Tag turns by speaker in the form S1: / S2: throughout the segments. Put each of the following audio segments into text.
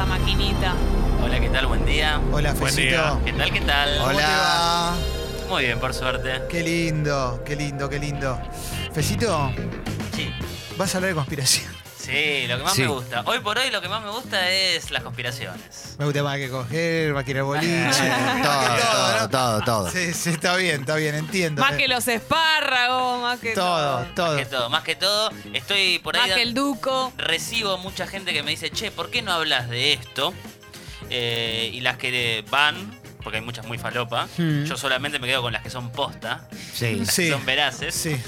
S1: Fresita.
S2: Hola, ¿qué tal? Buen día.
S3: Hola,
S4: Buen
S3: Fresito.
S4: día.
S2: ¿Qué tal? ¿Qué tal?
S3: Hola.
S2: Muy bien, por suerte.
S3: Qué lindo, qué lindo, qué lindo. Fecito,
S2: Sí.
S3: vas a hablar de conspiración.
S2: Sí, lo que más
S4: Sí.
S2: me gusta. Hoy por hoy lo que más me gusta es las conspiraciones.
S3: Me gusta más que coger, va a querer boliche.
S5: Eh, Todo,
S3: que
S5: todo,
S3: ¿no?
S5: todo, todo.
S3: Sí, sí, está bien, está bien, entiendo.
S1: Más que los espárragos, más que
S3: Todo, todo.
S2: Más que todo, más que todo, estoy por ahí.
S1: Más que
S2: dan-
S1: el duco.
S2: Recibo mucha gente que me dice, che, ¿por qué no hablas de esto? Eh, y las que van, porque hay muchas muy falopa.
S3: Hmm.
S2: Yo solamente me quedo con las que son posta,
S5: Sí.
S2: las
S3: Sí.
S2: que son veraces.
S3: Sí.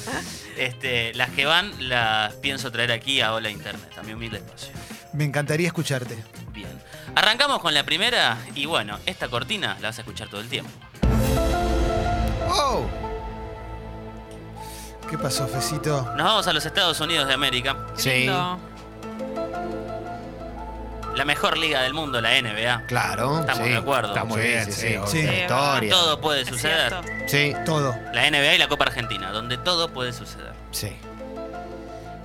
S2: Este, las que van las pienso traer aquí a Hola Internet, a mi humilde espacio.
S3: Me encantaría escucharte.
S2: Bien. Arrancamos con la primera y bueno, esta cortina la vas a escuchar todo el tiempo.
S3: ¡Oh! ¿Qué pasó, Fecito?
S2: Nos vamos a los Estados Unidos de América,
S1: Qué
S5: Sí.
S1: lindo.
S2: la mejor liga del mundo, la NBA.
S5: Claro.
S2: Estamos
S5: sí.
S2: de acuerdo.
S4: Está muy
S5: Sí,
S4: bien,
S5: sí,
S4: sí,
S5: sí.
S4: obvio.
S3: Sí.
S5: La historia.
S2: Todo puede
S1: Es
S2: suceder.
S1: cierto.
S5: Sí,
S3: Todo.
S2: La NBA y la Copa Argentina, donde todo puede suceder.
S5: sí.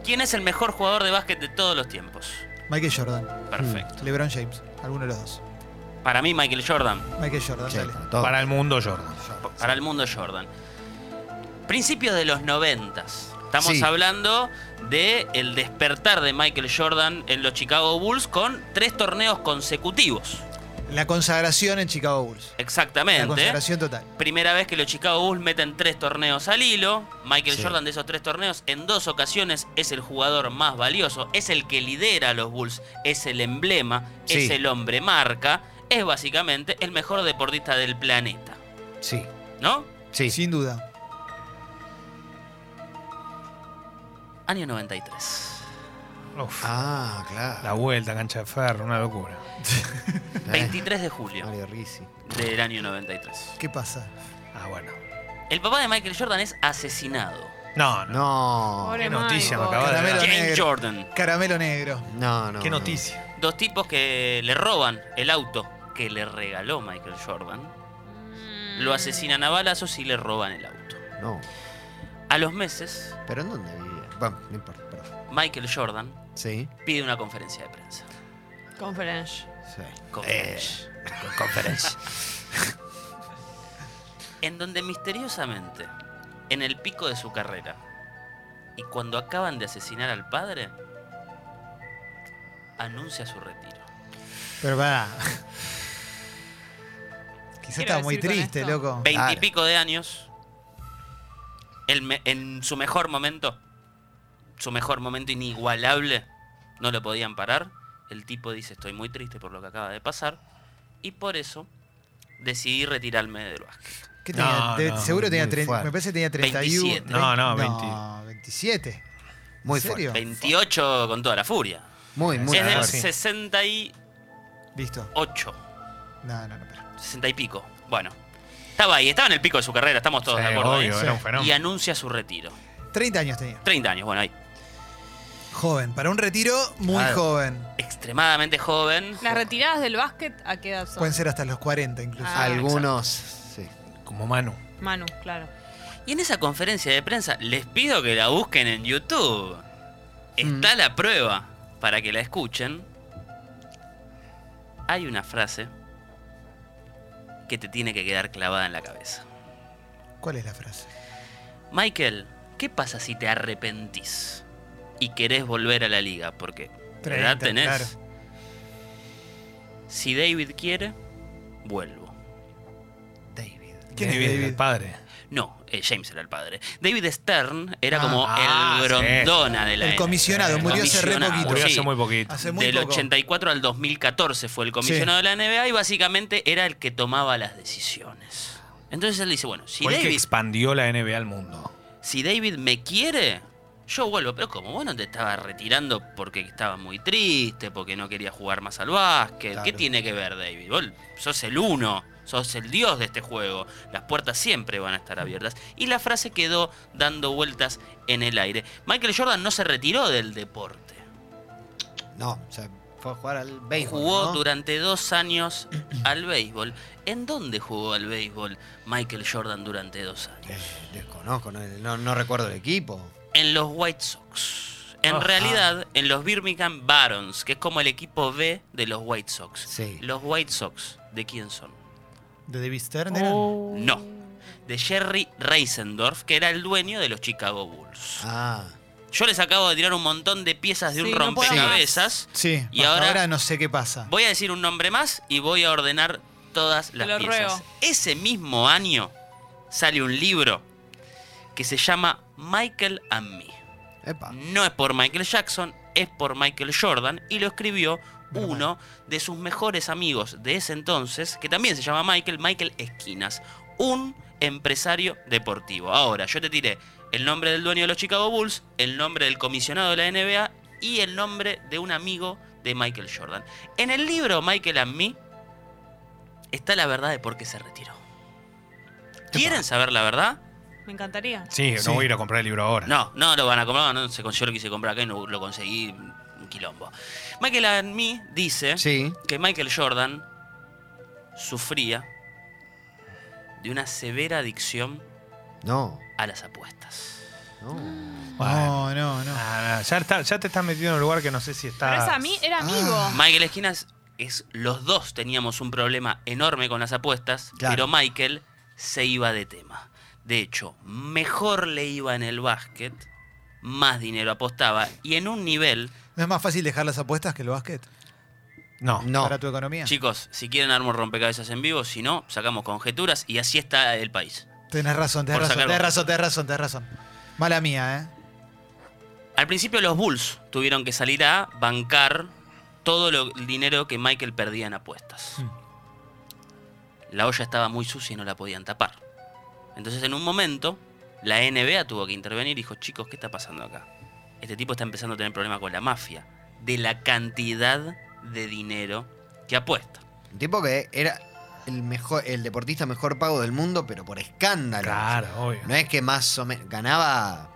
S2: ¿Quién es el mejor jugador de básquet de todos los tiempos?
S3: Michael Jordan,
S2: Perfecto.
S3: LeBron James, alguno de los dos.
S2: Para mí, Michael Jordan.
S3: Michael Jordan,
S5: sí,
S3: dale.
S5: todo.
S4: Para el mundo, Jordan.
S2: Para el mundo, Jordan. Principios de los noventas. Estamos
S5: Sí.
S2: hablando de el despertar de Michael Jordan en los Chicago Bulls con tres torneos consecutivos.
S3: La consagración en Chicago Bulls. La
S2: Exactamente.
S3: consagración total.
S2: Primera vez que los Chicago Bulls meten tres torneos al hilo. Michael
S5: Sí.
S2: Jordan de esos tres torneos en dos ocasiones es el jugador más valioso, es el que lidera a los Bulls, es el emblema,
S5: Sí.
S2: es el hombre marca, es básicamente el mejor deportista del planeta,
S5: Sí,
S2: ¿no?
S5: sí.
S3: Sin duda.
S2: Año 93.
S4: Uf,
S5: Ah, claro.
S4: La vuelta, cancha de ferro, una locura.
S5: Eh,
S2: 23 de julio
S5: Mario Risi.
S2: del año 93.
S3: ¿Qué pasa?
S4: Ah, bueno.
S2: El papá de Michael Jordan es asesinado.
S4: No, no.
S5: No.
S1: Pobre
S4: Qué noticia me
S1: Michael.
S4: acabas de
S3: Caramelo.
S4: dar.
S2: James
S3: negro.
S2: Jordan.
S3: Caramelo negro.
S5: No, no.
S4: Qué
S5: no.
S4: noticia.
S2: Dos tipos que le roban el auto que le regaló Michael Jordan. Lo asesinan a balazos y le roban el auto.
S5: No.
S2: A los meses,
S5: ¿Pero en dónde vivía? Bueno, no importa, perdón.
S2: Michael Jordan
S5: Sí,
S2: pide una conferencia de prensa.
S1: Mm. Conference.
S5: sí. Eh,
S2: Conferencia. conferencia. en donde misteriosamente, en el pico de su carrera, y cuando acaban de asesinar al padre, anuncia su retiro.
S3: Pero va. Quizá
S1: Quiero
S3: estaba muy
S1: decir con
S3: triste,
S1: esto-
S3: loco.
S2: Veintipico de años, el me- en su mejor momento, su mejor momento inigualable, no lo podían parar. El tipo dice, estoy muy triste por lo que acaba de pasar, y por eso decidí retirarme del básquet.
S3: ¿Qué tenía?
S4: No,
S3: De-
S4: no,
S3: seguro tenía
S5: muy
S3: 30.
S5: fuerte.
S3: Me parece que tenía 31.
S2: 27.
S4: No, no,
S3: 27.
S5: Muy
S3: ¿En serio?
S2: 28 con toda la furia.
S5: Muy, muy
S2: es del
S4: claro,
S5: fuerte.
S4: sí.
S2: 68,
S3: Listo. No, no, no. pero-
S2: 60 y pico. Bueno, estaba ahí, estaba en el pico de su carrera, estamos todos
S4: Sí,
S2: de acuerdo.
S4: obvio,
S2: ¿eh?
S4: era un
S3: Sí.
S2: Y
S4: fenómeno.
S2: anuncia su retiro.
S3: 30 años tenía.
S2: 30 años, bueno, ahí.
S3: Joven. Para un retiro, muy
S5: Claro.
S3: joven.
S2: Extremadamente joven.
S1: Las retiradas del básquet, ¿a qué edad son?
S3: Pueden ser hasta los 40 incluso.
S1: Ah,
S5: Algunos. Sí.
S4: Como Manu.
S1: Manu, claro.
S2: Y en esa conferencia de prensa les pido que la busquen en YouTube. Está la prueba para que la escuchen. Hay una frase que te tiene que quedar clavada en la cabeza.
S3: ¿Cuál es la frase?
S2: Michael, ¿qué pasa si te arrepentís y querés volver a la liga? Porque ¿qué edad
S3: 30,
S2: tenés.
S3: claro.
S2: Si David quiere, vuelvo.
S5: David.
S3: ¿Quién es
S4: David,
S3: David?
S4: El padre.
S2: No, eh, James era el padre. David Stern era
S3: Ah,
S2: como
S4: ah,
S2: el
S4: sí.
S2: grondona de la
S3: El
S2: NBA.
S3: comisionado.
S4: el
S3: murió hace re
S2: comisionado,
S3: poquito.
S4: Murió
S2: sí.
S4: hace muy poquito.
S3: Hace muy
S2: Del
S3: poco.
S2: 84 al 2014 fue el comisionado de la NBA y básicamente era el que tomaba las decisiones. Entonces él dice, bueno, si
S4: Fue el que
S2: David,
S4: expandió la NBA al mundo.
S2: si David me quiere, yo vuelvo. Pero como vos no te estabas retirando porque estabas muy triste, porque no querías jugar más al básquet, ¿qué
S5: Claro.
S2: tiene que ver David? Vos sos el uno, sos el dios de este juego. Las puertas siempre van a
S5: Mm.
S2: estar abiertas. Y la frase quedó dando vueltas en el aire. Michael Jordan no se retiró del deporte.
S5: No, o sea, fue a jugar al béisbol.
S2: jugó
S5: ¿no?
S2: durante dos años al béisbol. ¿En dónde jugó al béisbol Michael Jordan durante dos años?
S5: Eh, desconozco, no, no, no recuerdo el equipo.
S2: En los White Sox. En
S5: Ajá.
S2: realidad, en los Birmingham Barons, que es como el equipo B de los White Sox.
S5: Sí.
S2: ¿Los White Sox de quién son?
S3: ¿De David Stern eran?
S2: Oh.
S1: Oh.
S2: No. De Jerry Reisendorf, que era el dueño de los Chicago Bulls.
S5: Ah.
S2: Yo les acabo de tirar un montón de piezas de
S1: Sí,
S2: un
S1: no puedo
S2: rompecabezas.
S3: Sí,
S2: Y
S3: hasta
S2: ahora-
S3: ahora no sé qué pasa.
S2: Voy a decir un nombre más y voy a ordenar todas las
S1: lo
S2: piezas.
S1: ruego.
S2: Ese mismo año sale un libro que se llama Michael and Me.
S5: Epa.
S2: No es por Michael Jackson, es por Michael Jordan y lo escribió uno de sus mejores amigos de ese entonces, que también se llama Michael, Michael Esquinas, un empresario deportivo. Ahora, yo te tiré el nombre del dueño de los Chicago Bulls, el nombre del comisionado de la NBA y el nombre de un amigo de Michael Jordan. En el libro Michael and Me está la verdad de por qué se retiró. ¿Quieren saber la verdad?
S1: Me encantaría.
S4: Sí,
S3: Sí.
S4: no voy a ir a comprar el libro ahora.
S2: No, no lo van a comprar, no se consiguió lo quise comprar acá y no lo conseguí un quilombo. Michael and Me
S3: ¿Eh?
S2: dice
S5: Sí.
S2: que Michael Jordan sufría de una severa adicción
S5: No.
S2: a las apuestas.
S5: No.
S3: No, no, no.
S4: Ah, no, ya, está- ya te estás metiendo en un lugar que no sé si está.
S1: Pero es a mí, eh. era amigo.
S2: Michael Esquinas es los dos teníamos un problema enorme con las apuestas,
S5: Claro.
S2: pero Michael se iba de tema. De hecho, mejor le iba en el básquet, más dinero apostaba y en un nivel
S3: ¿No es más fácil dejar las apuestas que el básquet?
S4: No.
S5: No.
S3: Para tu economía.
S2: Chicos, si quieren armo rompecabezas en vivo, si no, sacamos conjeturas y así está el país.
S3: Tenés razón, tenés
S2: Por
S3: razón,
S2: sacarlo.
S3: tenés razón, tenés razón, tenés razón. Mala mía, ¿eh?
S2: Al principio los Bulls tuvieron que salir a bancar todo lo- el dinero que Michael perdía en apuestas. La olla estaba muy sucia y no la podían tapar. Entonces en un momento la NBA tuvo que intervenir y dijo, chicos, ¿qué está pasando acá? Este tipo está empezando a tener problemas con la mafia, de la cantidad de dinero que apuesta.
S5: Un tipo que era el mejor, el deportista mejor pago del mundo, pero por escándalo.
S4: Claro, obvio.
S5: No es que más o menos. Ganaba.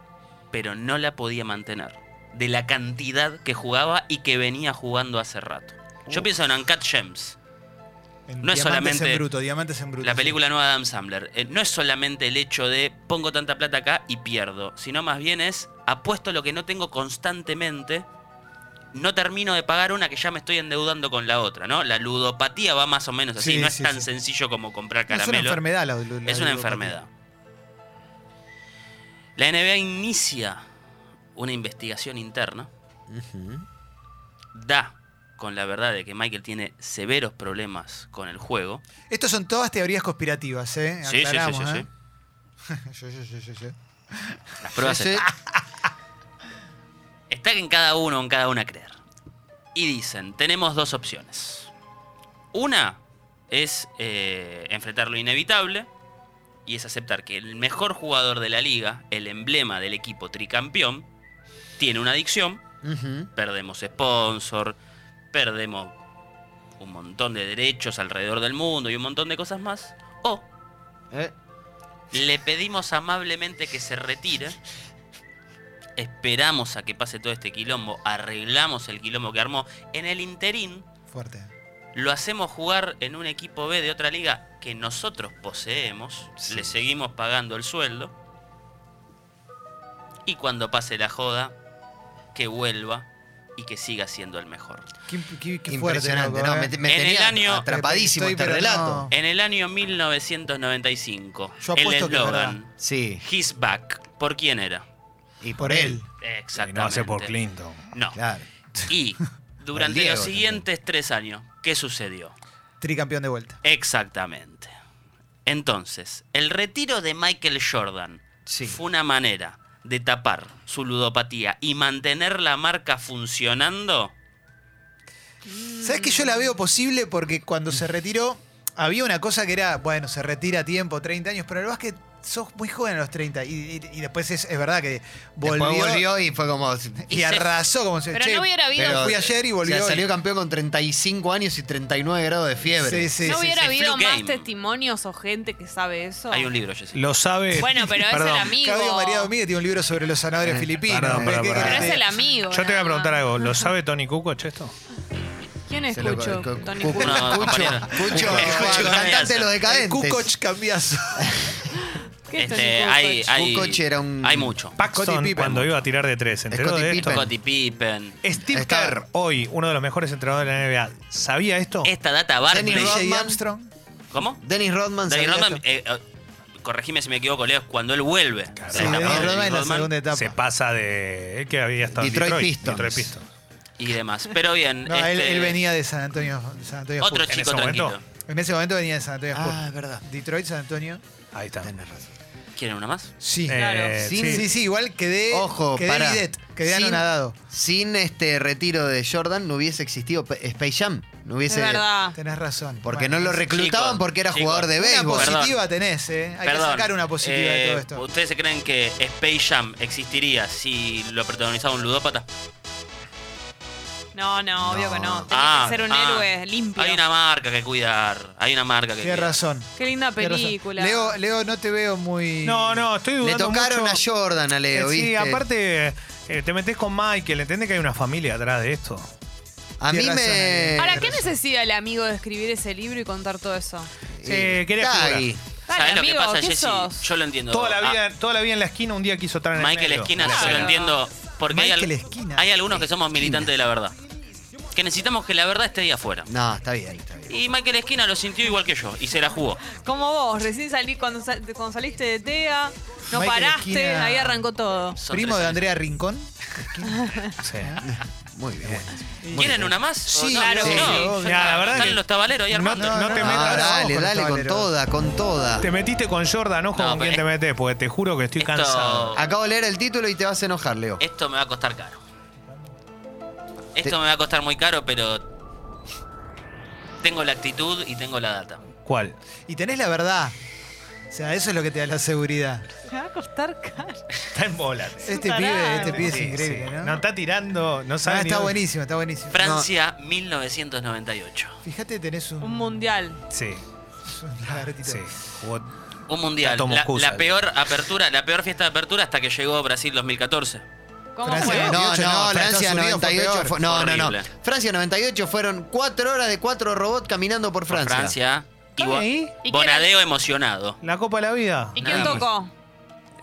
S2: pero no la podía mantener de la cantidad que jugaba y que venía jugando hace rato. Yo pienso en Uncut Gems,
S3: En
S2: No es
S3: diamantes
S2: solamente
S3: en bruto, diamantes en bruto.
S2: la
S3: sí.
S2: película nueva de Adam Sandler. Eh, no es solamente el hecho de pongo tanta plata acá y pierdo, sino más bien es apuesto lo que no tengo constantemente, no termino de pagar una que ya me estoy endeudando con la otra, ¿no? La ludopatía va más o menos así,
S3: Sí,
S2: no es
S3: sí,
S2: tan
S3: sí.
S2: sencillo como comprar
S3: No, Es una
S2: caramelo.
S3: enfermedad la, la- la
S2: Es una
S3: ludopatía.
S2: enfermedad. La NBA inicia una investigación interna,
S5: Ujú.
S2: da con la verdad de que Michael tiene severos problemas con el juego.
S3: Estos son todas teorías conspirativas, ¿eh?
S2: Sí, sí, sí,
S3: Aclaramos,
S2: sí,
S3: ¿eh? Yo, yo, yo, yo, yo.
S2: Las pruebas
S5: Sí, sí.
S2: están. Está en cada uno, en cada una creer. Y dicen, tenemos dos opciones. Una es eh, enfrentar lo inevitable y es aceptar que el mejor jugador de la liga, el emblema del equipo tricampeón, tiene una adicción
S5: Ujú.
S2: perdemos sponsor, perdemos un montón de derechos alrededor del mundo y un montón de cosas más. O
S5: Eh,
S2: le pedimos amablemente que se retire, esperamos a que pase todo este quilombo, arreglamos el quilombo que armó. En el interín
S3: Fuerte.
S2: lo hacemos jugar en un equipo B de otra liga que nosotros poseemos,
S5: Sí.
S2: le seguimos pagando el sueldo y cuando pase la joda, que vuelva y que siga siendo el mejor.
S3: Qué, qué- qué fuerte,
S5: Impresionante.
S3: loco,
S5: no, me,
S3: ¿eh?
S5: me
S2: En el
S5: tenía
S2: año-
S5: atrapadísimo
S3: Estoy,
S5: este
S3: pero
S5: relato.
S3: no.
S2: En el año 1995,
S3: Yo
S2: el
S3: apuesto que es
S2: eslogan
S5: Sí.
S2: He's Back, ¿por quién era?
S5: Y
S3: Por él.
S4: Y
S2: Exactamente.
S4: no hace por Clinton.
S2: No.
S5: Claro.
S2: Y durante
S5: Diego
S2: los
S5: también.
S2: siguientes tres años, ¿qué sucedió?
S3: Tricampeón de vuelta.
S2: Exactamente. Entonces, el retiro de Michael Jordan
S5: Sí.
S2: fue una manera de tapar su ludopatía y mantener la marca funcionando.
S3: ¿Sabes que yo la veo posible? Porque cuando se retiró, había una cosa que era, bueno, se retira a tiempo, 30 años, pero el básquet sos muy joven a los 30. Y, y- y después es, es verdad que volvió,
S5: Después volvió y fue como.
S2: Y
S3: y,
S2: se-
S3: arrasó como se
S1: Pero no hubiera habido,
S5: pero-
S3: fui ayer y
S5: o
S3: volvió.
S5: sea, salió
S3: y-
S5: campeón con 35 años y 39 grados de fiebre.
S3: Sí, sí,
S1: no
S3: sí,
S1: hubiera
S2: sí,
S1: habido
S2: flu
S1: más
S2: game.
S1: testimonios o gente que sabe eso.
S2: Hay un libro, Jessy.
S4: Lo sabe.
S1: Bueno, pero es el
S4: Perdón.
S3: sí.
S1: amigo.
S3: Claudio María Domínguez tiene un libro sobre los sanadores
S5: Eh,
S3: filipinos.
S4: perdón,
S3: ¿Qué
S4: perdón,
S3: querés
S4: perdón.
S1: Pero
S3: que
S1: es
S3: te-
S1: el amigo.
S4: Yo te voy
S1: nada
S4: a preguntar
S1: más.
S4: algo. ¿Lo sabe Tony Cuco, esto?
S1: ¿Quién
S5: Se lo-
S1: escucho?
S5: cu- cu-
S1: Tony
S5: cu-
S1: Cucho.
S2: No, compañero.
S5: Cucho,
S2: Cucho,
S5: cantante de los
S3: El
S5: decadentes.
S3: Kukoc cambiazo.
S1: ¿Qué es Tony
S2: Este,
S1: Kukoc?
S2: hay, hay,
S5: Kukoc era un-
S2: hay mucho.
S4: Paxton,
S3: Scottie Pippen.
S4: cuando iba a tirar de tres, ¿se enteró
S5: Scottie
S4: de esto?
S5: Pippen.
S2: Scottie Pippen.
S4: Steve
S5: Está-
S4: Kerr, hoy uno de los mejores entrenadores de la NBA, ¿sabía esto?
S2: Esta data
S5: Dennis
S2: Barkley.
S5: Rodman.
S3: J. Armstrong.
S2: ¿Cómo?
S5: Dennis Rodman
S2: Dennis
S5: sabía
S2: Rodman,
S5: esto.
S2: eh, eh, corregime si me equivoco, Leo, es cuando él vuelve.
S4: Claro.
S2: La
S3: Sí,
S2: etapa de
S3: Dennis
S2: Dennis
S3: Rodman en la
S2: Rodman
S3: segunda etapa.
S4: Se pasa de. él que había estado en
S5: Detroit
S4: Detroit,
S5: Pistons.
S4: Detroit Pistons.
S2: Y demás. Pero bien.
S3: No, él,
S2: este,
S3: él venía de San Antonio. de San Antonio
S2: Otro
S3: Spurs.
S4: en
S2: chico
S4: ese
S2: tranquilo.
S4: momento.
S3: En ese momento venía de San Antonio Spurs.
S5: Ah, es verdad.
S3: Detroit, San Antonio.
S4: Ahí está.
S5: Tenés razón.
S2: ¿Quieren una más?
S3: Sí.
S4: Eh,
S5: Sí,
S3: sí, sí, igual quedé.
S5: Ojo,
S3: quedé
S5: pará.
S3: bidet, quedé
S5: Sin-
S3: anonadado.
S5: Sin este retiro de Jordan no hubiese existido P- Space Jam. No
S1: Es
S5: hubiese.
S1: verdad.
S3: Tenés razón.
S5: Porque
S3: Bueno,
S5: no lo reclutaban
S2: Chicos,
S5: porque era
S2: chicos,
S5: jugador de
S3: Una
S5: béisbol.
S3: positiva tenés, ¿eh? Hay
S2: Perdón,
S3: que sacar una positiva de
S2: eh,
S3: todo esto.
S2: ¿Ustedes se creen que Space Jam existiría si lo protagonizaba un ludópata?
S1: No, no, obvio que no.
S5: No.
S1: Tenés que ser un
S2: ah,
S1: héroe limpio.
S2: Hay una marca que cuidar. Hay una marca que
S3: Tienes
S2: cuidar.
S3: razón.
S1: Qué linda
S3: tenés razón.
S1: película.
S3: Leo, eh, Leo, no te veo muy.
S4: No, no, estoy
S5: Le
S4: dudando
S5: tocaron
S4: mucho.
S5: a Jordan, a
S4: Eh,
S5: Leo,
S4: sí,
S5: ¿viste?
S4: aparte eh, te metes con Michael, entendés que hay una familia atrás de esto.
S5: A mí
S3: Tiene razón,
S5: me.
S3: eh.
S1: Ahora, ¿qué necesita el amigo de escribir ese libro y contar todo eso?
S4: Eh, quería
S5: está
S4: figurar.
S5: ahí.
S1: Dale,
S2: ¿Sabés lo que
S1: amigo,
S2: pasa,
S1: ¿qué
S2: Jessy?
S1: sos?
S2: Yo lo entiendo.
S4: Toda la,
S2: Ah,
S4: vida, toda la vida en la esquina, un día quiso estar en el
S2: Michael
S4: medio.
S2: Esquina, yo
S1: Claro.
S2: lo entiendo. Porque hay,
S3: Michael
S2: al-
S3: Esquina.
S2: hay algunos que somos militantes de la verdad. Que necesitamos que la verdad esté ahí afuera.
S5: No, está bien, está bien.
S2: Y Michael Esquina lo sintió igual que yo y se la jugó.
S1: Como vos, recién salí cuando, sal- cuando saliste de TEA, no
S3: Michael
S1: paraste,
S3: Esquina.
S1: ahí arrancó todo.
S2: Son
S3: Primo
S2: tres
S3: de
S2: años.
S3: Andrea Rincón.
S4: Sí.
S5: Muy bien. bueno.
S2: ¿Quieren una más?
S3: Sí,
S2: ¿O no?
S1: claro
S2: Si
S1: que
S2: no,
S1: sí,
S2: ya
S4: obvio.
S2: está,
S4: La verdad
S2: están
S4: que-
S2: los tabaleros ahí
S4: no
S2: armando.
S4: te- no te metas.
S5: Ah,
S4: vamos
S5: dale,
S3: con el
S5: dale con
S3: tablero.
S5: toda, con toda.
S4: Te metiste con Jordan, ojo
S2: No,
S4: con quién
S2: pero-
S4: te metes, porque te juro que estoy
S2: Esto-
S4: cansado.
S5: Acabo de leer el título y te vas a enojar, Leo.
S2: Esto me va a costar caro. Esto me va a costar muy caro, pero tengo la actitud y tengo la data.
S4: ¿Cuál?
S3: Y tenés la verdad. O sea, eso es lo que te da la seguridad.
S1: Me va a costar caro.
S4: Está en bola.
S3: Este
S1: tarado.
S3: pibe, este pibe es
S4: Sí,
S3: increíble,
S4: sí.
S3: ¿no?
S4: está tirando, no sabe
S3: Ah,
S4: ni
S3: está
S4: dónde-
S3: buenísimo, está buenísimo.
S2: Francia 1998.
S3: No, fíjate, tenés un,
S1: Un mundial.
S4: Sí,
S3: un lagartito.
S4: sí. Jugó-
S2: Un mundial.
S4: Tato
S2: La,
S4: Mucuza.
S2: la peor apertura, la peor fiesta de apertura hasta que llegó Brasil 2014.
S1: ¿Cómo
S3: Francia,
S1: fue?
S3: no,
S5: No,
S3: 98
S5: no,
S3: no,
S5: Francia
S3: Estados Unidos fue
S5: 98
S3: peor.
S5: fue- No, no, no.
S2: Horrible.
S5: Francia 98 fueron cuatro horas de cuatro robots caminando por
S2: Por
S5: Francia.
S2: Francia. Y Bo-
S4: ahí?
S1: ¿Y qué
S2: Bonadeo emocionado.
S4: La Copa de la Vida.
S1: ¿Y
S2: No,
S1: quién
S2: pues.
S1: tocó?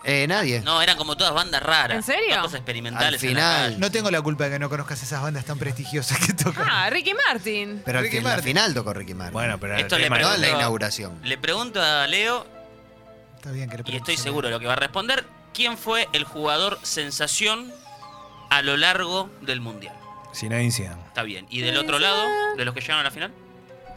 S5: Eh, nadie.
S2: No, eran como todas bandas raras.
S1: ¿En serio?
S2: Todas cosas experimentales.
S5: Al
S2: en la
S5: final.
S2: calle.
S3: No tengo la culpa de que no conozcas esas bandas tan prestigiosas que tocan.
S1: Ah, Ricky Martin.
S5: Pero al
S3: Ricky
S5: que en la
S3: Martin.
S5: final tocó Ricky Martin.
S4: Bueno, pero
S2: Esto
S4: el
S2: le
S4: tema-
S5: no en la
S2: pero-
S5: inauguración.
S2: Le pregunto a Leo,
S3: Está bien que le
S2: y
S3: preguntes
S2: estoy
S3: a
S2: seguro de lo que va a responder, ¿quién fue el jugador sensación a lo largo del Mundial?
S4: Zinedine Zidane.
S2: Está bien. ¿Y del otro lado, de los que llegaron a la final?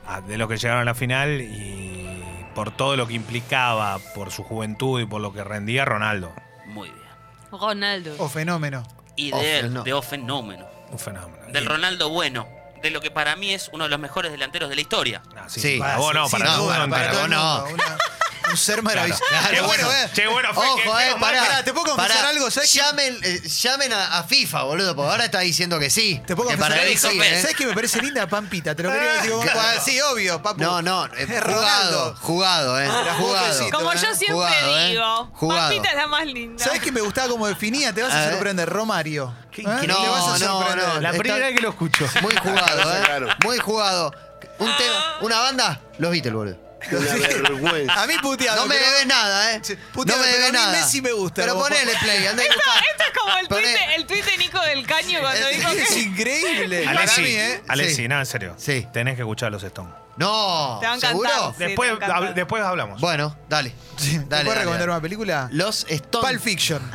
S4: Ah, de los que llegaron a la final y por todo lo que implicaba, por su juventud y por lo que rendía Ronaldo.
S2: Muy bien.
S1: Ronaldo.
S3: O Oh, fenómeno.
S2: Y
S5: Oh,
S2: de él,
S5: fenó-
S2: de oh, fenómeno.
S4: Un fenómeno.
S2: Del
S4: Y-
S2: Ronaldo bueno. De lo que para mí es uno de los mejores delanteros de la historia.
S4: Ah, sí,
S5: Sí.
S4: Para vos no,
S3: sin
S4: para
S5: no,
S4: todo
S3: duda,
S4: el mundo
S3: para
S5: entero.
S3: todo el
S5: Vos no.
S3: mundo, una- un ser maravilloso.
S5: claro.
S4: Qué
S5: Qué
S4: bueno,
S3: eh.
S4: qué bueno fue.
S5: Ojo,
S4: que-
S5: eh, pará.
S3: pará, ¿te puedo confesar
S5: Pará.
S3: algo? ¿Sabés qué?
S5: Llamen, eh, llamen a, a FIFA, boludo, porque ahora está diciendo que sí.
S3: Te puedo
S5: Que
S3: confesar
S5: para
S3: algo?
S5: él sí,
S2: López.
S5: eh.
S3: ¿Sabes que me parece linda Pampita? Te lo quería decir como-
S5: Claro.
S3: Sí, obvio, papu.
S5: No, no, eh,
S3: Ah, Es
S5: jugado,
S3: Ronaldo.
S5: jugado, eh.
S3: Ah,
S5: Jugado.
S3: pobrecito.
S1: Como
S3: ¿eh?
S1: yo siempre
S5: Jugado, ¿eh?
S1: digo,
S5: Jugado.
S1: Pampita es la más linda.
S3: ¿Sabes que me gustaba como definía? Te vas
S5: A
S3: a,
S5: ver.
S3: sorprender, Romario.
S4: Qué
S3: ¿Eh?
S4: increíble.
S3: Te vas
S5: No,
S3: a
S5: no,
S3: sorprender.
S5: no.
S4: La
S5: Está-
S4: primera vez que lo escucho.
S5: Muy jugado, eh. Muy jugado. Un tema, una banda, los Beatles, boludo.
S6: Una vergüenza.
S3: A mí puteado.
S5: No me
S3: pero-
S5: debes nada, eh.
S3: Sí, puta,
S5: No me
S3: pero
S5: debes
S3: a mí
S5: nada.
S3: Messi me gusta,
S5: Pero
S3: como-
S5: ponele play, andá y buscá.
S1: Esto es como el
S5: Poné-
S1: tuit, de- el tuit de Nico del Caño cuando dijo
S3: Es
S1: que
S3: increíble. Para mí,
S4: Alessi,
S3: ¿eh?
S4: Alessi,
S5: Sí.
S4: no, en serio.
S5: Sí.
S4: Tenés que escuchar a los Stones.
S5: No,
S1: Te va a encantar.
S5: ¿seguro?
S1: Sí,
S4: Después,
S1: te va a encantar.
S4: hab- después hablamos.
S5: Bueno, dale.
S3: Sí, ¿Te puedo
S5: Dale, dale,
S3: recomendar
S5: dale.
S3: una película?
S5: Los Stones.
S3: Pulp Fiction.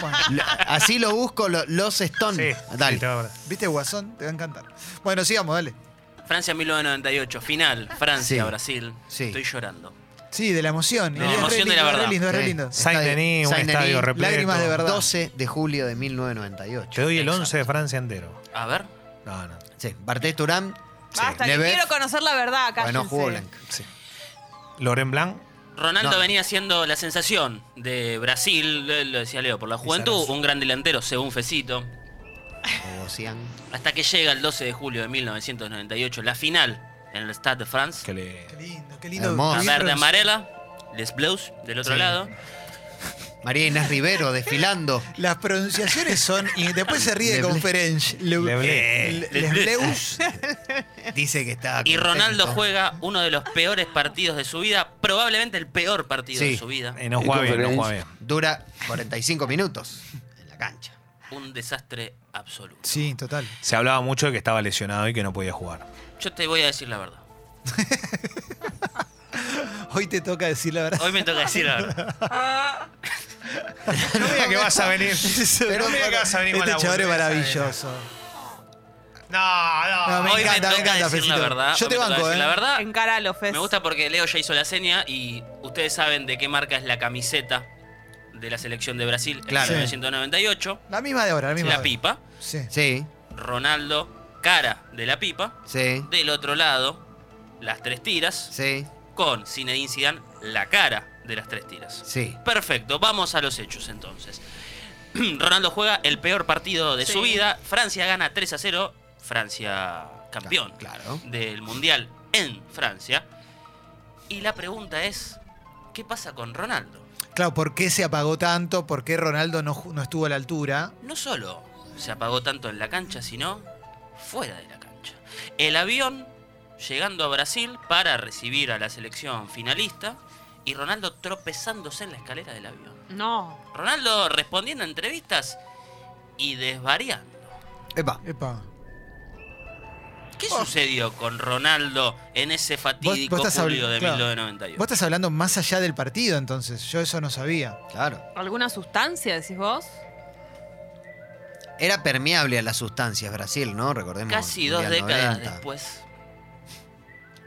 S3: Bueno,
S5: Lo- Así lo busco, lo- los Stones.
S4: Sí,
S5: Dale.
S4: sí, te va a-
S3: ¿Viste Guasón? Te va a encantar. Bueno, sigamos, dale.
S2: Francia 1998, final.
S5: Sí.
S2: Francia, Brasil.
S5: Sí.
S2: Estoy llorando.
S3: Sí, de la emoción.
S2: No,
S3: Es re
S2: emoción de
S3: lindo,
S2: la
S3: es re
S2: verdad.
S3: lindo, es re
S5: Sí.
S3: lindo.
S4: Saint-Denis, un
S5: Saint-Denis,
S4: estadio repleto.
S3: lágrimas de verdad.
S5: 12 de julio de 1998.
S4: Te doy el
S2: Exacto.
S4: 11 de Francia entero.
S2: A ver.
S4: No, no.
S5: Sí, Bartés Turán.
S1: basta, que
S5: Lebev,
S1: quiero conocer la verdad,
S5: porque no
S1: cállense.
S5: jugó Blanc.
S4: Sí. Loren Blanc.
S2: Ronaldo
S5: No.
S2: venía siendo la sensación de Brasil, eh, lo decía Leo, por la juventud,
S4: Pizarro.
S2: un gran delantero según Fecito,
S5: O Ocean.
S2: hasta que llega el 12 de julio de 1998, la final en el Stade de France,
S4: Que le...
S3: Qué lindo, qué lindo.
S5: Hermoso.
S2: la
S3: Bien
S2: verde
S3: producido.
S2: amarela, Les Bleus del otro
S5: Sí.
S2: lado,
S5: María Inés Rivero desfilando.
S3: Las pronunciaciones son. Y después se ríe
S5: Leble-
S3: con Ferenc. Leu-
S4: Leble.
S3: Le- Les Bleus.
S5: Dice que
S3: Ah,
S5: está.
S2: Y Ronaldo
S5: contento.
S2: juega uno de los peores partidos de su vida, probablemente el peor partido
S5: Sí.
S2: de su vida.
S4: Eh, no
S6: Y
S4: juega bien, no
S6: conferencia.
S4: juega bien.
S5: Dura 45 minutos en la cancha.
S2: Un desastre absoluto.
S3: Sí, total.
S4: Se hablaba mucho de que estaba lesionado y que no podía jugar.
S2: Yo te voy a decir la verdad.
S3: Hoy te toca decir la verdad.
S2: Hoy me toca decir la verdad.
S4: No mira que vas a venir. Pero mira que vas a venir con
S3: Este
S4: la
S3: chaval es
S4: boludez,
S3: maravilloso.
S4: No,
S3: No,
S4: no.
S3: me
S2: Hoy
S3: encanta, me
S2: me toca
S3: encanta,
S2: decir la
S3: Fecito.
S2: verdad.
S3: Yo
S2: Hoy me
S3: te
S2: toca
S3: banco,
S2: decir
S3: ¿eh?
S2: La verdad,
S1: Encaralo, Fez.
S2: me gusta porque Leo ya hizo la seña y ustedes saben de qué marca es la camiseta de la selección de Brasil en
S5: Claro.
S3: Sí.
S2: 1998.
S3: La misma de ahora, la misma.
S2: La
S3: de ahora.
S2: pipa.
S3: Sí.
S5: Sí,
S2: Ronaldo, cara de la pipa.
S5: sí,
S2: Del otro lado, las tres tiras.
S5: sí,
S2: Con Zinedine Zidane, la cara de las tres tiras.
S5: sí.
S2: Perfecto, vamos a los hechos entonces. Ronaldo juega el peor partido de
S1: Sí.
S2: su vida. Francia gana 3 a 0. Francia campeón
S5: Claro.
S2: del Mundial en Francia. Y la pregunta es, ¿qué pasa con Ronaldo?
S3: Claro, ¿por qué se apagó tanto? ¿Por qué Ronaldo no, ju- no estuvo a la altura?
S2: No solo se apagó tanto en la cancha, sino fuera de la cancha. El avión llegando a Brasil para recibir a la selección finalista y Ronaldo tropezándose en la escalera del avión.
S1: No.
S2: Ronaldo respondiendo a entrevistas y desvariando.
S5: Epa.
S3: Epa.
S2: ¿Qué sucedió con Ronaldo en ese fatídico
S3: Oh. vos estás
S2: julio
S3: habl-
S2: de
S3: claro.
S2: 1998?
S3: Vos estás hablando más allá del partido, entonces. Yo eso no sabía.
S5: Claro.
S1: ¿Alguna sustancia, decís vos?
S5: Era permeable a las sustancias Brasil, ¿no? Recordemos.
S2: Casi dos
S5: Mundial
S2: décadas
S5: 90.
S2: después,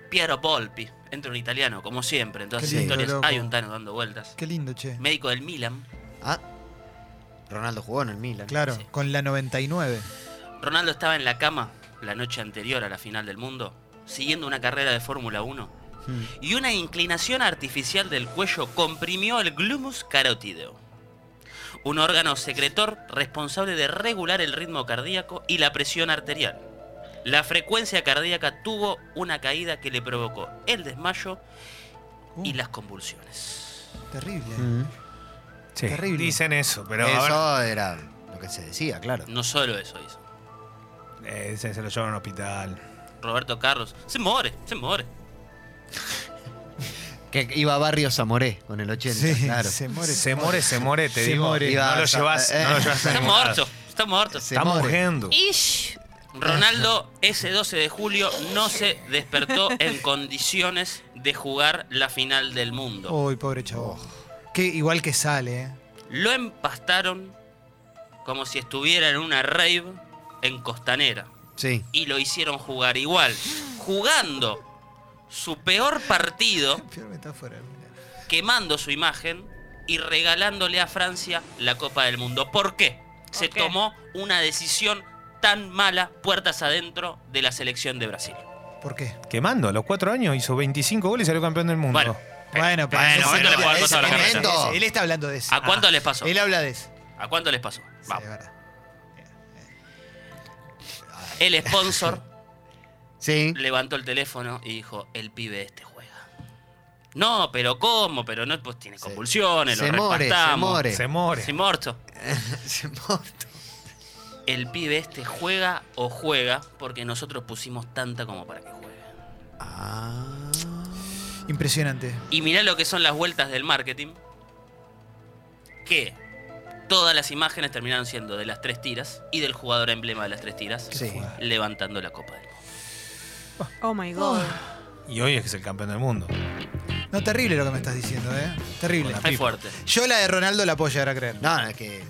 S2: Piero Polpi, entra un italiano, como siempre. Entonces,
S3: Qué lindo,
S2: historias,
S3: loco.
S2: hay un Tano dando vueltas.
S3: Qué lindo, che.
S2: Médico del Milan.
S5: Ah. Ronaldo jugó en el Milan.
S3: Claro,
S2: Sí.
S3: con la 99.
S2: Ronaldo estaba en la cama la noche anterior a la final del mundo, siguiendo una carrera de Fórmula 1.
S5: Mm.
S2: y una inclinación artificial del cuello comprimió el glumus carótido, un órgano secretor responsable de regular el ritmo cardíaco y la presión arterial. La frecuencia cardíaca tuvo una caída que le provocó el desmayo
S3: Uh,
S2: y las convulsiones.
S3: Terrible.
S5: Mm.
S4: Sí,
S3: Terrible.
S4: Dicen eso, pero a ver,
S5: Eso era lo que se decía, claro.
S2: No solo eso hizo.
S4: eh, se, se lo llevan a un hospital.
S2: Roberto Carlos se muere, se muere.
S5: Que iba a Barrio Zamoré con el 80,
S3: Sí,
S5: claro.
S3: se muere.
S4: Se more, se more, te
S3: Se
S4: digo.
S3: more.
S4: No lo
S5: Ibas a-
S4: llevas,
S5: eh,
S4: no lo llevas a
S2: Está
S4: ningún lado.
S2: muerto, está muerto.
S5: Se
S4: Está
S5: more.
S4: muriendo.
S1: Ish.
S2: Ronaldo ese 12 de julio no se despertó en condiciones de jugar la final del mundo.
S1: Oh.
S3: Uy, pobre chavo.
S2: Oh.
S3: Que igual que sale, ¿eh?
S2: Lo empastaron como si estuviera en una rave en Costanera.
S5: Sí.
S2: Y lo hicieron jugar igual. Jugando su peor partido,
S3: Peor metáfora. mirá.
S2: quemando su imagen y regalándole a Francia la Copa del Mundo. ¿Por qué? Se
S1: ¿Por qué?
S2: tomó una decisión tan mala puertas adentro de la selección de Brasil.
S3: ¿Por
S2: Eh,
S3: qué?
S4: Quemando, a los cuatro años hizo 25 goles y salió campeón del mundo.
S2: Bueno,
S3: Bueno, pero.
S2: bueno,
S3: ese
S2: bueno, le puedo haber
S3: ese
S2: cortado la
S3: momento,
S5: cabeza.
S3: ese, Él está hablando de eso.
S2: ¿a
S1: Ah,
S2: cuánto les pasó?
S3: Él habla de eso.
S2: ¿A cuánto les pasó?
S3: Sí,
S2: Ah, Vamos.
S3: es verdad.
S2: El sponsor
S5: Sí.
S2: levantó el teléfono y dijo, el pibe este juega. No, pero ¿cómo? Pero no, pues tiene convulsiones,
S5: Se
S2: lo
S5: more, se
S2: repastamos.
S5: more.
S4: se more.
S2: Sí, morto.
S5: Se more.
S2: El pibe este juega o juega porque nosotros pusimos tanta como para que juegue.
S5: Ah.
S3: Impresionante.
S2: Y mirá lo que son las vueltas del marketing. Que todas las imágenes terminaron siendo de las tres tiras y del jugador emblema de las tres tiras
S5: Sí.
S2: levantando la copa del mundo.
S1: Oh my god.
S4: Y hoy es que es el campeón del mundo.
S3: No, terrible lo que me estás diciendo, ¿eh? Terrible.
S2: Es fuerte.
S3: Yo la de Ronaldo la puedo llegar a creer.
S5: No, no, es que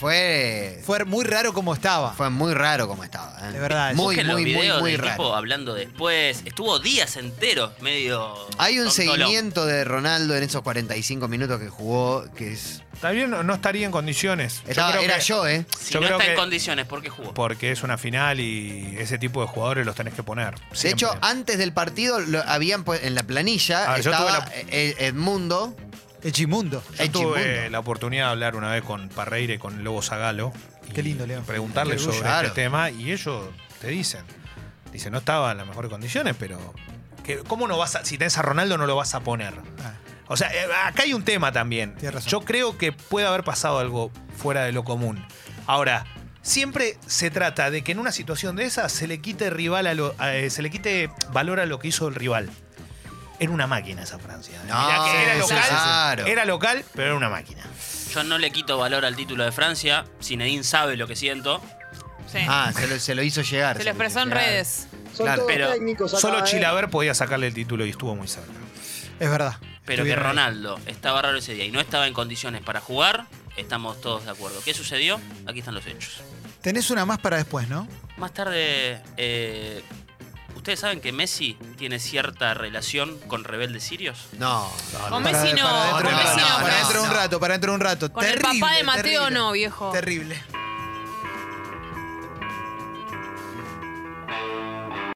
S5: fue,
S3: Fue muy raro como estaba.
S5: fue muy raro como estaba. ¿eh?
S3: De verdad,
S5: Muy,
S2: Busquen los
S5: muy, muy,
S2: videos
S5: muy
S2: del tipo
S5: raro.
S2: hablando después. Estuvo días enteros medio.
S5: Hay un
S2: tontolón.
S5: seguimiento de Ronaldo en esos 45 minutos que jugó, que es...
S4: Tal vez no, no estaría en condiciones. Yo
S5: estaba-
S4: creo
S5: era
S4: que-
S5: yo, ¿eh?
S2: Si
S4: Yo
S2: no
S4: creo
S2: está en
S4: que-
S2: condiciones, ¿por qué jugó?
S4: Porque es una final y ese tipo de jugadores los tenés que poner.
S5: De
S4: siempre.
S5: hecho, antes del partido lo habían pu- en la planilla
S4: Ah, yo
S5: estaba
S4: tuve la-
S5: eh, Edmundo.
S3: Echimundo.
S4: Yo tuve
S5: Edmundo.
S4: la oportunidad de hablar una vez con Parreira y con el Lobo Zagalo. y
S3: Qué lindo, Leo.
S4: Preguntarle
S5: Qué
S4: sobre
S5: orgullo. Claro.
S4: este tema y ellos te dicen. Dicen, no estaba en las mejores condiciones, pero. que- ¿Cómo no vas a.? Si tenés a Ronaldo, no lo vas a poner.
S3: Ah.
S4: O sea, eh, acá hay un tema también.
S3: Tienes razón.
S4: Yo creo que puede haber pasado algo fuera de lo común. Ahora, siempre se trata de que en una situación de esa se le quite rival a lo- a, eh, se le quite valor a lo que hizo el rival. Era una máquina esa Francia. ¿eh?
S5: No,
S4: Mirá que era
S5: sí,
S4: local,
S5: sí, sí. Claro.
S4: era local, pero era una máquina.
S2: Yo no le quito valor al título de Francia. Zinedine sabe lo que siento.
S1: Sí.
S5: Ah, se lo, se lo hizo llegar.
S1: Se lo expresó
S5: hizo
S1: en
S5: llegar.
S1: redes.
S6: Son
S5: Claro,
S6: todos
S2: pero
S6: técnicos acá,
S4: Solo
S6: ¿eh?
S4: Chilaver podía sacarle el título y estuvo muy cerca.
S3: Es verdad.
S2: Pero que
S3: Estuvieron ahí.
S2: Ronaldo estaba raro ese día y no estaba en condiciones para jugar, estamos todos de acuerdo. ¿Qué sucedió? Aquí están los hechos.
S3: Tenés una más para después, ¿no?
S2: Más tarde, eh, ustedes saben que Messi tiene cierta relación con rebeldes sirios.
S5: No.
S1: Con
S3: Para-
S1: Messi no,
S3: para dentro
S1: con
S3: de un
S1: Messi
S3: rato,
S1: no,
S3: Para
S1: pero-
S3: dentro de un rato, para dentro de un rato.
S1: Con el
S3: Terrible,
S1: papá de Mateo
S3: terrible.
S1: no, viejo.
S3: Terrible.